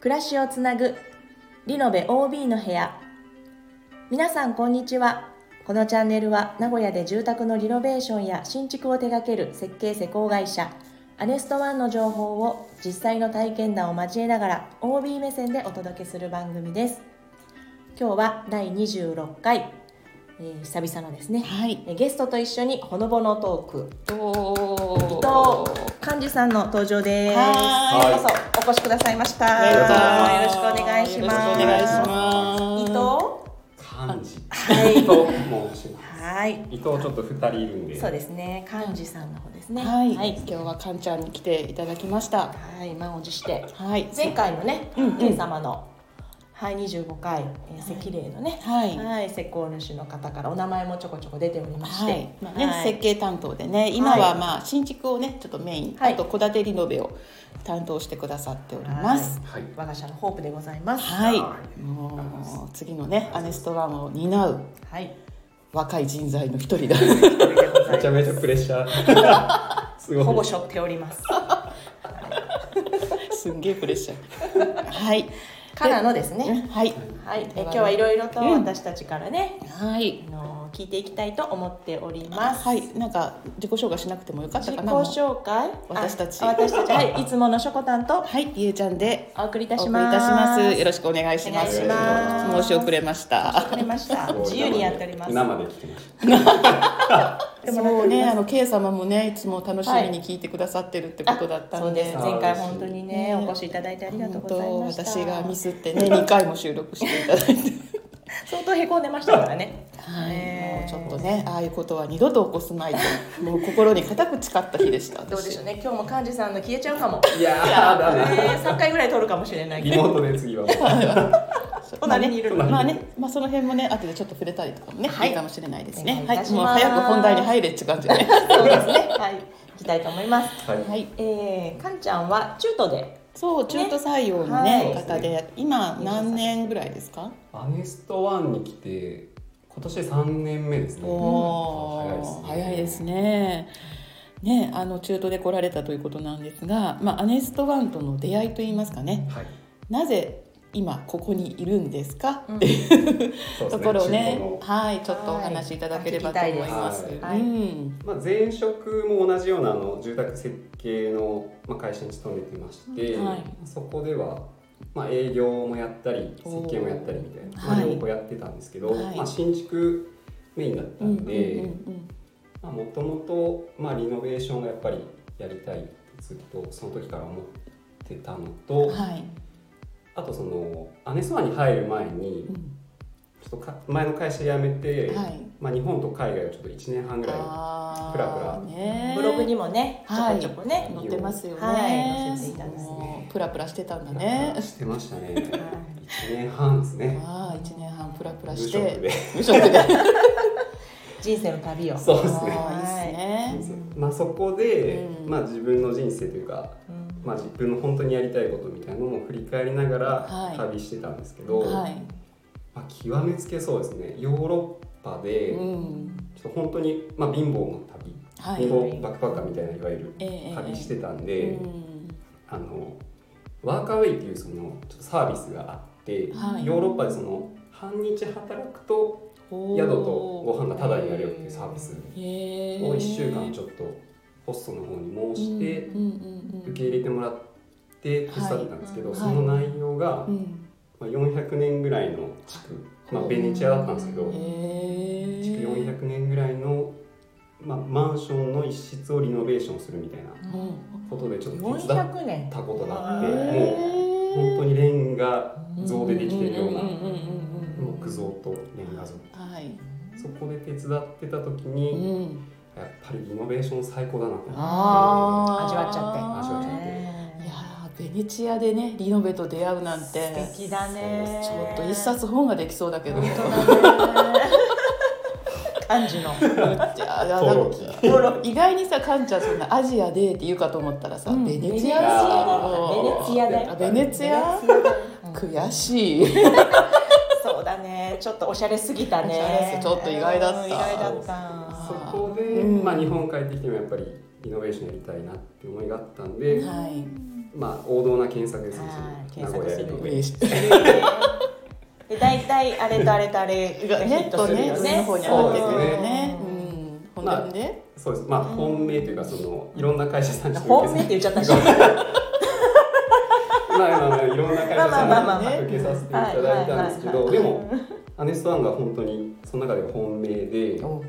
暮らしをつなぐリノベ OB の部屋皆さんこんにちはこのチャンネルは名古屋で住宅のリノベーションや新築を手掛ける設計施工会社アネストワンの情報を実際の体験談を交えながら OB 目線でお届けする番組です今日は第26回、えー久々のですね、はい。えーゲストと一緒にほのぼのトークお伊藤幹事さんの登場です。はーいようこそお越しくださいました。りがとうございますよろしくお願いします。よ伊藤。ろしくお願いしま漢は字。い伊藤も欲しいなはい。伊藤ちょっと二人いるんで。そうですね。幹事さんの方ですね。はい、はい今。日はかんちゃんに来ていただきましはた。い満を持して。はい。前回のね、うんうんケン様の。はい、二十五回、えー、赤霊のね。はい。はい、施工主の方からお名前もちょこちょこ出ておりましはてい。まあねはい設計担当でね今ははいまあ新築をねちょっとメイン、はいあと戸建てリノベを担当してくださっております。はい。我が社のホープでございます。はい、はいもう次のねアネストワンを担うはい。若い人材の一 人だありがとうございますめちゃめちゃプレッシャー。すご い。ほぼ背負っており ます。すんげえプレッシャーはいからのですね。ねはいはい、え今日はいろいろとうん私たちからね、はいあの聞いていきたいと思っております。はいなんか自己紹介しなくてもよかっ自た己かな紹介、私たちあ私たち はいいつものしょこたんとはい、ゆうちゃんでお送りいたおし送りいます。たします。よろしくしくお願いします。お願いします申し遅れましおた。願いします。ました。自由にやっております。生で聞きましでもそうね、なんあかの K 様もね、いつも楽しみに聞いてくださってるってことだったそんうで、です。あ前回本当にねねお越しいただいてありがとうございま本した。当私がミスってね、2回も収録していただいて、相当へこんでましたからね。はい、もねうちょっとね、ああいうことは二度と起こすまいと、もう心に固く誓った日でした。どうでしょうう。ね。今日も幹事さんの消えちゃうかも。た。いやーだ ね。ね三回ぐらい撮るかもしれないけリど。モートで次は。は。隣にいるのまあね、まあその辺もね、後でちょっと触れたりとかもね、はいい、いかもしれないですね。おは願いいたい、しもうます早く本題に入れって感じね。そうですね。はい。行きたいと思います。はいい。えー、かんちゃんは中途でそう中途採用のねねはい方で今何年ぐらいですか？アネストワンに来て今年三年目ですね。おお早いですね。ね。ねあの中途で来られたということなんですが、まあアネストワンとの出会いといいますかね、はい。なぜ今ここにいるんですか、うんっていうそうですとねころをね中古のはいちょっとお話しいただければと思います。はい聞きたいですうんまあ、前職も同じようなあの住宅設計の、まあ、会社に勤めてまして、はいそこでは、まあ、営業もやったりおー設計もやったりみたいな、はまいあ、両方やってたんですけど、はいまあ、新築メインだったうんんうんうでんまあもともとまあリノベーションがやっぱりやりたいってずっとその時から思ってたのうと、んはい、あとそのアネスワンに入る前にうんちょっとか前の会社辞めて、はい、まあ、日本と海外をちょっと1年半ぐらいあふらふらーねブログにもね、ちょはこいちょこね、載ってますよね。はい載せていたんですねプラプラしてたんだね。してましたね。一年半ですね。ああ、一年半プラプ無ラし職て。で。無職で。人生の旅を。そうですね。ああ、いいですね。まあそこで、うんまあ自分の人生というか、うんまあ自分の本当にやりたいことみたいなのも振り返りながはらい旅してたんですけど、はい。まあ極めつけそうですね。ヨーロッパで、うん。ちょっと本当にまあ貧乏の旅、はい。貧乏バックパッカーみたいないわゆえるえ旅してたんえで、えうんあのワーカーウェイっていうそのちょっとサービスがあって、はいヨーロッパでその半日働くとおー宿とご飯がタダになるよっていうサービスへえを1週間ちょっとホストの方に申してうんうんうん受け入れてもらって手伝ってたんですけど、はいその内容がう、んまあ、400年ぐらいの地区、まうあ、んベネチアだったんですけどへえ築400年ぐらいの、まあ、マンションの一室をリノベーションするみたいなうんことでちょっと手伝っ400年。たことがあってへーもう本当にレンガ像でできてるようなうんうんうんうんうん木造とレンガ像はいそこで手伝ってた時に、うんやっぱりリノベーション最高だなと思って ああ味わっちゃって味わっちゃっていやーベネチアでねリノベと出会うなんて素敵だね。ちょっと一。冊本ができそうだけど。本当だね。漢字の。じゃあなん登か録意外にさカンちゃんそんなアジアでって言うかと思ったらさ、 うんベネチだアベネチアだよ。あベベネネチアチアだようん悔しいそうだね。ちょっとおしゃれすぎたおしゃれねす。ぎちょっと意外だったうん意外だった。そこで、うんまあ、日本帰ってきてもやっぱりリノベーションやりたいなって思いがあったんはで、いまあ、王道な検索ですねはいその名古屋リノベーション嬉しいね で大体あれとあれとあれがヒットとするねよ上ねの方に上がってくるよねうんほんでそうですまあ本命というかそのいろんな会社さんに本命って言っちゃったしはまあまあまあいろんな会社まあまあまさあんまあに受けさせていただいたんですけはいどはいではいはいもアネストワンが本当にその中では本命でお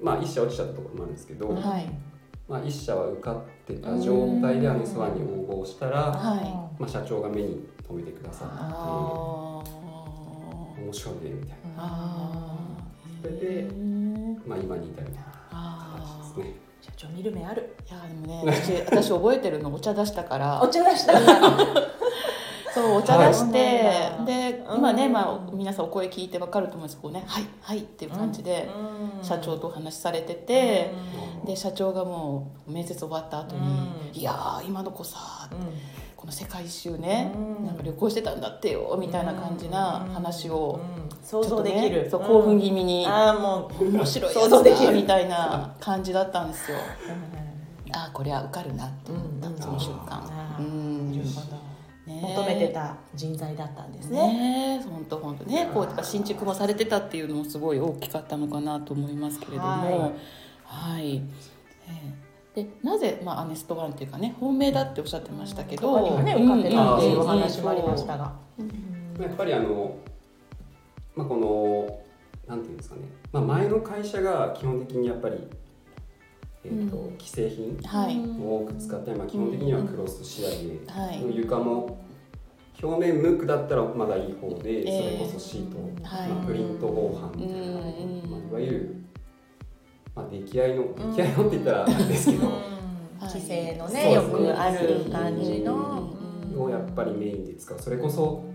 まあ一社落ちちゃったところもあるんですけど、はいまあ、一社は受かってた状態でアネスワンに応募したら、はいまあ、社長が目に留めてくださあっあて面白いねみたいな、あーそれでへーまあ、今に至る形あですーね社長見る目あるいやでもね私私覚えてるのお茶出したからお茶出したんだそうお茶出して、はいでうん今ね、まあ、皆さんお声聞いてわかると思うんですけどね「はいはい」っていう感じで社長とお話しされてて、で社長がもう面接終わった後に「うんいやー今の子さうこの世界一周ね、うんなんか旅行してたんだってよ」みたいな感じな話を、想ちょ像っとでねきるそう興奮気味にああもう面白い想像でやつきだるみたいな感じだったんですよ。あーこれは受かるなって思った、うんその瞬間あ。うーんなるほねど求めてた人材だったんですねねえ、本当本当ね、こうやっぱ新築もされてたっていうのもすごい大きかったのかなと思いますけれども、はい。ええでなぜ、まあ、アネストワンっていうかね本命だっておっしゃってましたけど、他にもねう受んかってたっていうおん話もありましたがまあやっぱりあの、まあ、このなんていうんですかね、まあ、前の会社が基本的にやっぱり、えーとうん既製品はいを多く使って、まあ、基本的にはクロス仕上げはい床も表面無垢だったらまだいい方で、えーそれこそシート、はいまあ、プリント合板みたいな、うんまあ、いわゆる、まあ、出来合いの出来合いのって言ったらあれですけど、はい規制のそうねでよすねくある感じのうんをやっぱりメインで使うそれこそ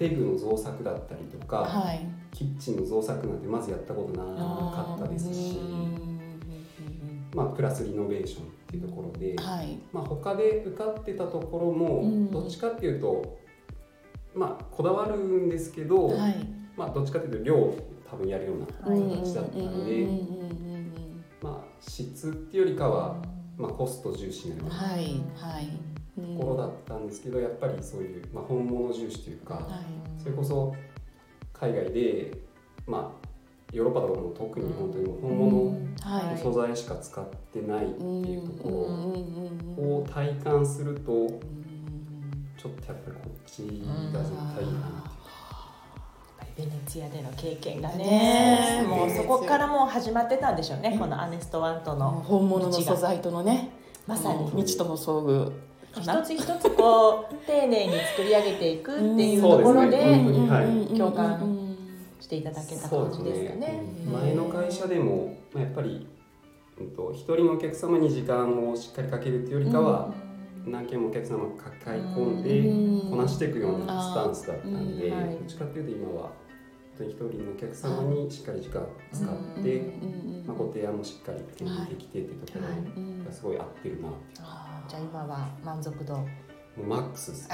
建具の造作だったりとか、はいキッチンの造作なんてまずやったことなかったですし、うんうんまあ、プラスリノベーションっていうところで、うんはいまあ、他で受かってたところも、うんどっちかっていうと、まあ、こだわるんですけど、はいまあ、どっちかっていうと量を多分やるような形だったので、うんうんうんまあ、質っていうよりかは、まあ、コスト重視のよううんなはいはいうんところだったんですけど、やっぱりそういう、まあ、本物重視というか、はいそれこそ海外で、まあ、ヨーロッパとかも特に本当にもう本物うのんはい素材しか使ってないっていうところを体感するとちょっとやっぱりこっちが絶対いいなベネツィアでの経験がねねえもうそこからもう始まってたんでしょうねこのアネストワンとの本物の素材とのねまさに未知との遭遇一つ一つこう丁寧に作り上げていくっていうそうとでこすねろうんではい共感していただけたそう感じですかね。うん前の会社でも、まあ、やっぱり、うん、と一人のお客様に時間をしっかりかけるっていうよりかは、何件もお客様を抱え込んで、こなしていくようなスタンスだったんで、うんはいどっちかっていうと今は本当に一人のお客様にしっかり時間を使って、まあ、ご提案もしっかり提示できてっていうところがすごい合ってるなっていじゃあ今は満足度。う、もうマックスです。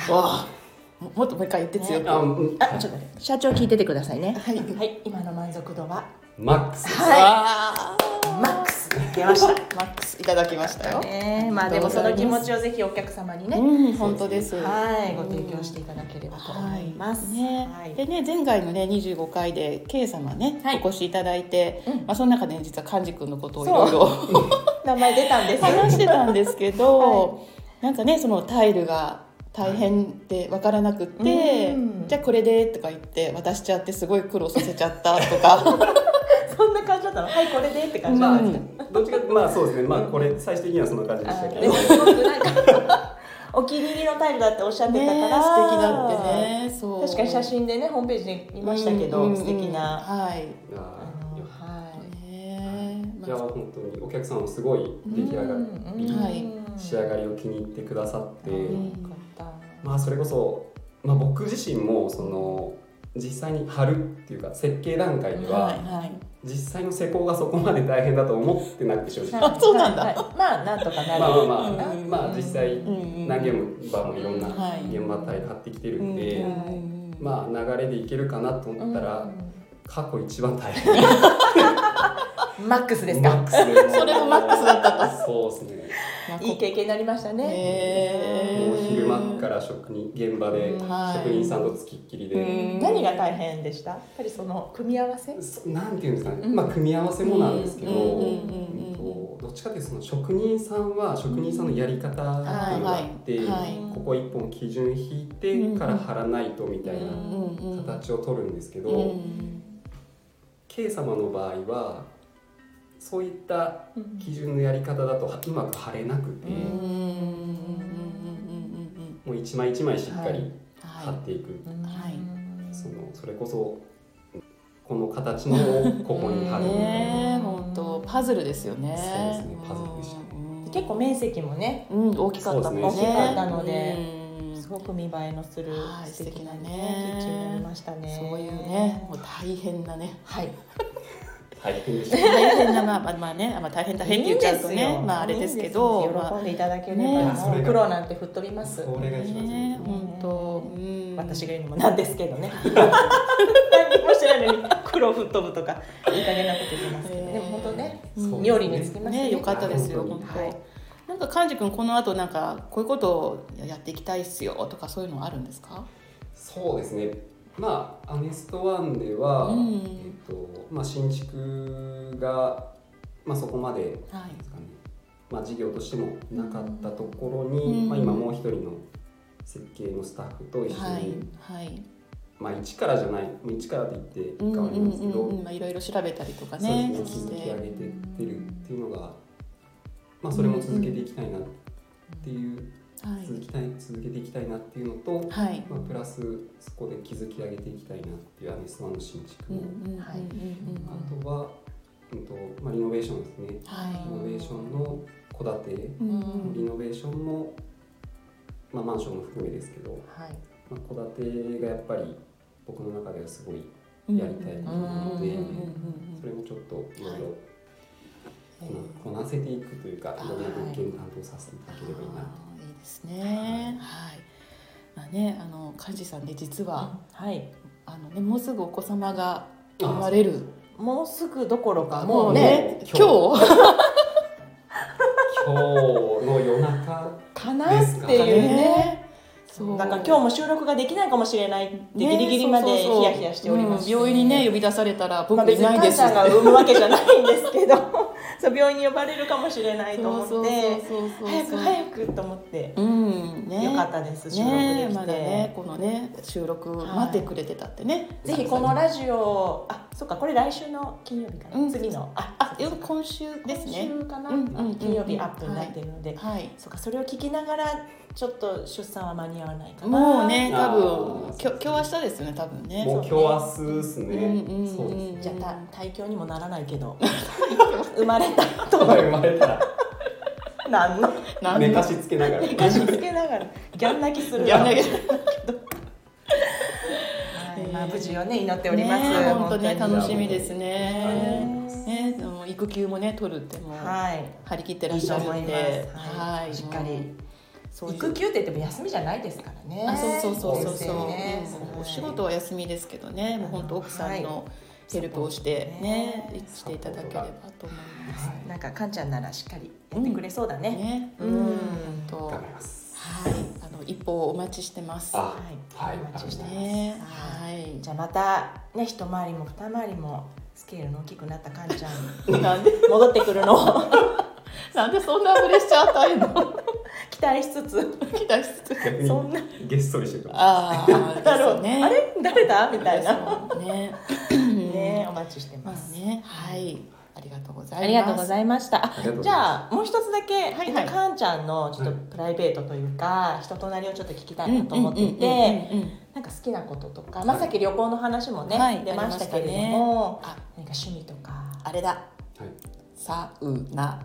もっともう一回言って強くあ、うん、あ、ちょっと待って社長聞いててくださいね。はい、今の満足度はマックスです。マックス出ました。マックスいただきましたよね、まあでもその気持ちをぜひお客様にね、本当ですはい、ご提供していただければと思います。ねはいでね前回のね25回で K 様ね、はいお越しいただいて、うんまあ、その中で、ね、実は幹事君のことをいそうろいろ名前出たんです。話してたんですけど、なんかねそのタイルが大変で分からなくって、うんじゃあこれでとか言って渡しちゃってすごい苦労させちゃったと かそんな感じだったの。はい、これでって感じ。まあ、あ、どっちか、まあ、そうですね。まあ、これ最終的にはそんな感じでしたけでども。すごくなんか お気に入りのタイルだっておっしゃってたから、ね素敵だって。ねそう確かに写真でね、ホームページで見ましたけど、うんうん素敵な。はいいやあーいのやはい。ねいやまあ本当にお客さんもすごい出来上がり、んはい仕上がりを気に入ってくださって、よんかった。まあそれこそ、まあ、僕自身もその実際に貼るっていうか設計段階ではいははい実際の施工がそこまで大変だと思ってなくて正直あそうなんだはいはいまあなんとかなる。まあまあまうあ、んまあ実際うんうん何現場もいろんなはい現場帯貼ってきてるうんんで、うんまあ流れでいけるかなと思ったら、 うん過去一番大変マックスですマッかクスでそれもマックスだったとそうですねいい経験になりましたね、えもう昼間から職人現場ではい職人さんとつきっきりうで、ん何が大変でしたやっぱりその組み合わせそなんていうんですかね、うんまあ組み合わせもなんですけど、うんうんうんうんうんとどっちかというとその職人さんは職人さんのやり方っていうのがあって、はいはいここ一本基準引いてから貼らないとみたいな形を取るんですけど、K 様の場合はそういった基準のやり方だとうまく貼れなくて、もう一枚一枚しっかり貼っていく、はいそのそれこそこの形のをここに貼るみたいな、ね本当パズルですよね。結構面積もねうん大きかったもんね。すごく見栄えのするはい素敵なね素敵なねキッチンになりましたねそういうね、もう大変なね。はい大変でしたね大変なまあまあまあね、まあ大変大変って言っちゃうといいんですねよ、まああれですけど、いいんですよま喜んでいただければ、ねそもうれが苦労なんて吹っ飛びますそれあが一番ね、本当、うん私が言うのもなんですけ どね何も知らないのに黒吹っ飛ぶとかいい加減なこと言いますけど、えーでも本当ねそうですね料理につきますね、良かったですよ、本本当。はいなんか寛治君この後なんかこういうことをやっていきたいっすよとかそういうのあるんですか？そうですねまあアネストワンでは、うんえっとまあ、新築が、まあ、そこまでではい。すかね、まあ、事業としてもなかったところに、うんまあ、今もう一人の設計のスタッフと一緒に、はいはい。まあ、一からじゃない一からって言ってうんう変わんりますうけど、んうん。まあいろいろ調べたりとかそうですねね、し築きて上げてってるっていうのが、まあ、それも続けていきたいなっていう、は続いきたい続けていきたいなっていうのと、はい。まあ、プラスそこで築き上げていきたいなっていうアネスワンの新築うんを、うんうんうんうんはいあとは、うんとまあ、リノベーションですねはいリノベーションの戸建て、うんリノベーションも、まあ、マンションも含めですけど、はいまあ、戸建てがやっぱり僕の中ではすごいうんやりたいことなので、うんうんうんうんそれもちょっといろいろこうんなこなせていくというかいろんな物件担当させていたあだければいいなと。ーいいですね。はい。まあね、あの梶さんで実は、はいあのねもうすぐお子様が生まれる。もうすぐどころかももううねね今日今日の夜中かなっていうねそうなんか今日も収録ができないかもしれないってギリギリまでヒヤヒヤしておりまうすん病院にね呼び出されたらまあ僕い別にないで患す。者が産むわけじゃないんですけど そう病院に呼ばれるかもしれないとそ思うそうってそうそう。早く早くと思って、うんね。よかったです収録でねきて、まだねこのね収録待ってくれてたってね。ぜひこのラジオをあそっかこれ来週の金曜日かな、うん次のああよ今週ですね。今週かな、うんうんうん金曜日アップになっているので、はい。そっかそれを聞きながらちょっと出産は間に合わないかなもうねあー多分きょ今日明日ですよね多分ね。もう今日明日ですねうんうん。そうですね。じゃあた胎教にもならないけど 生まれたと生まれたなんのならんで寝かしつけながら。寝かしつけながらギャン泣きするギャン泣きするはいまあ、無事をね祈っております、ね本当ね本楽しみですね。当にねその育休もね取るってもうはい張り切ってらっしゃるいいんと思いで、ますはいしっかりもうそういう育休って言っても休みじゃないですからね。あそうそうそうそうですそう、よねうんお仕事は休みですけどね、もう本当奥さんのヘルプをしてね、はいしていただければと思います。はいなんかかんちゃんならしっかりやってくれそうだね。ね、ううんん、本当、は頑い張ります。、あの一報をお待ちしてます。あ、ははいい、ありがとうございます。ね、ははい。じゃあまたね一回りも二回りもスケールの大きくなったかんち ゃんになんで、戻ってくるのをなんでそんなプレッシャー与えるの。期待しつつ期待しつつ。逆そんなにげっそりしてるから。ああ、だろう、ね。あれ誰だみたいなそうね。ねお待ちしてままあす。ね、はい。ありがとうございます。ありがとうございました。あありがとうじございますゃあもう一つだけ、はいはいかんちゃんのちょっとはいプライベートというか、人となりをちょっと聞きたいなとうんうん思っうんうんてういんて、なんか好きなこととか、まあ、はいさっき旅行の話もね、はい出ましたけれども、あ何か趣味とかあれだ。はい。サウナ。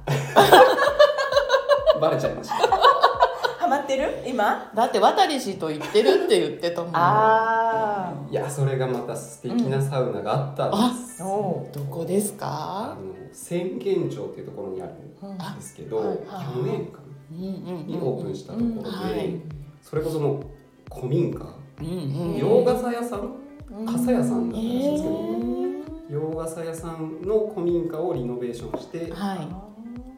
バレちゃいました。ハマってる今だって渡り氏と言ってるって言ってたもん。あいや、それがまた素敵なサウナがあったんです。あおどこですか？あの浅間町っていうところにあるんですけうんど、あ去年かな。うんうんにオープンしたとこうろで、んはいそれこそもう古民家、うんうん。洋傘屋さん傘屋さんだったらしいんですけど、ー洋傘屋さんの古民家をリノベーションしては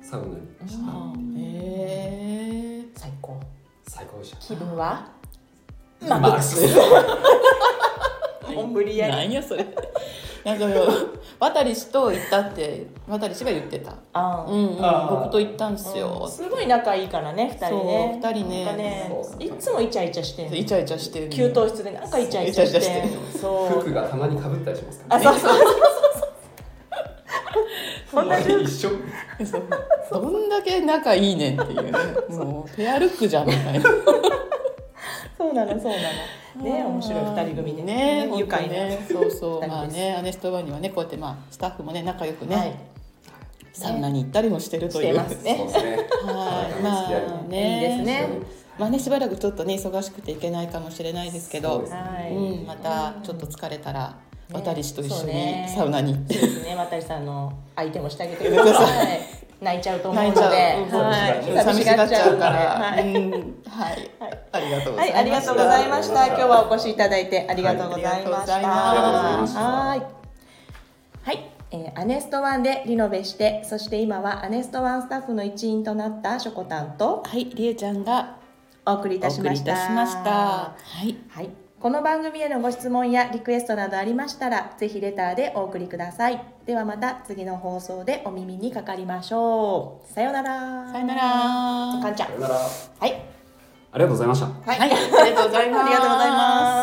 サウナにしたっていい。へうえ。最高最高でした気分はマックスもう無理やり何や それ。なんかよ、渡り氏と行ったって渡り氏が言ってた。あうんうん。あー僕と行ったんですうよん。すごい仲いいからね2人ねそう二人ねなんかねそういつもイチャイチャしてんのイチャイチャしてる。給湯室でなんかイチャイチャしてイチャイチャしてんそう服がたまにかぶったりしますからあねそうそうそうそうそう同じ一緒そうどんだけ仲いいねんっていうね。もうペアルックじゃんみたいな。そうなのそうなのね面白い二人組でね愉快なねそうそ二人うですまあねアネストワンにはねこうやってまあスタッフもね仲良くね、はいサウナに行ったりもしてるというしてますねそうですねはい仲間付き合いまあもねいいですねまあねしばらくちょっとね忙しくていけないかもしれないですけそどうで、すねはいうん、またちょっと疲れたら、ね渡り氏と一そ緒うにねサウナに行って、そうですね渡さんの相手もしてあげてくく だだささい泣いちゃうと思う泣のいでちゃう、はいうん寂寂ししががっっちちゃゃううか、かららはいうんはい、ありがとうござはいい、あました。りがとうございました。今日はお越しいただいてありがとうございました。ありがとうございましたはい。はい、えーアネストワンでリノベして、そして今はアネストワンスタッフの一員となったしょこたんとはい、りえちゃんがお送りいおたし送りまいしたた。しました。はい、はい、この番組へのご質問やリクエストなどありましたら、ぜひレターでお送りください。ではまた次の放送でお耳にかかりましょう。さようなら。さよな。ら。かんちゃん。さよならはい。ありがとうございましたはい、ありがとうごあざいます。りがとうございます。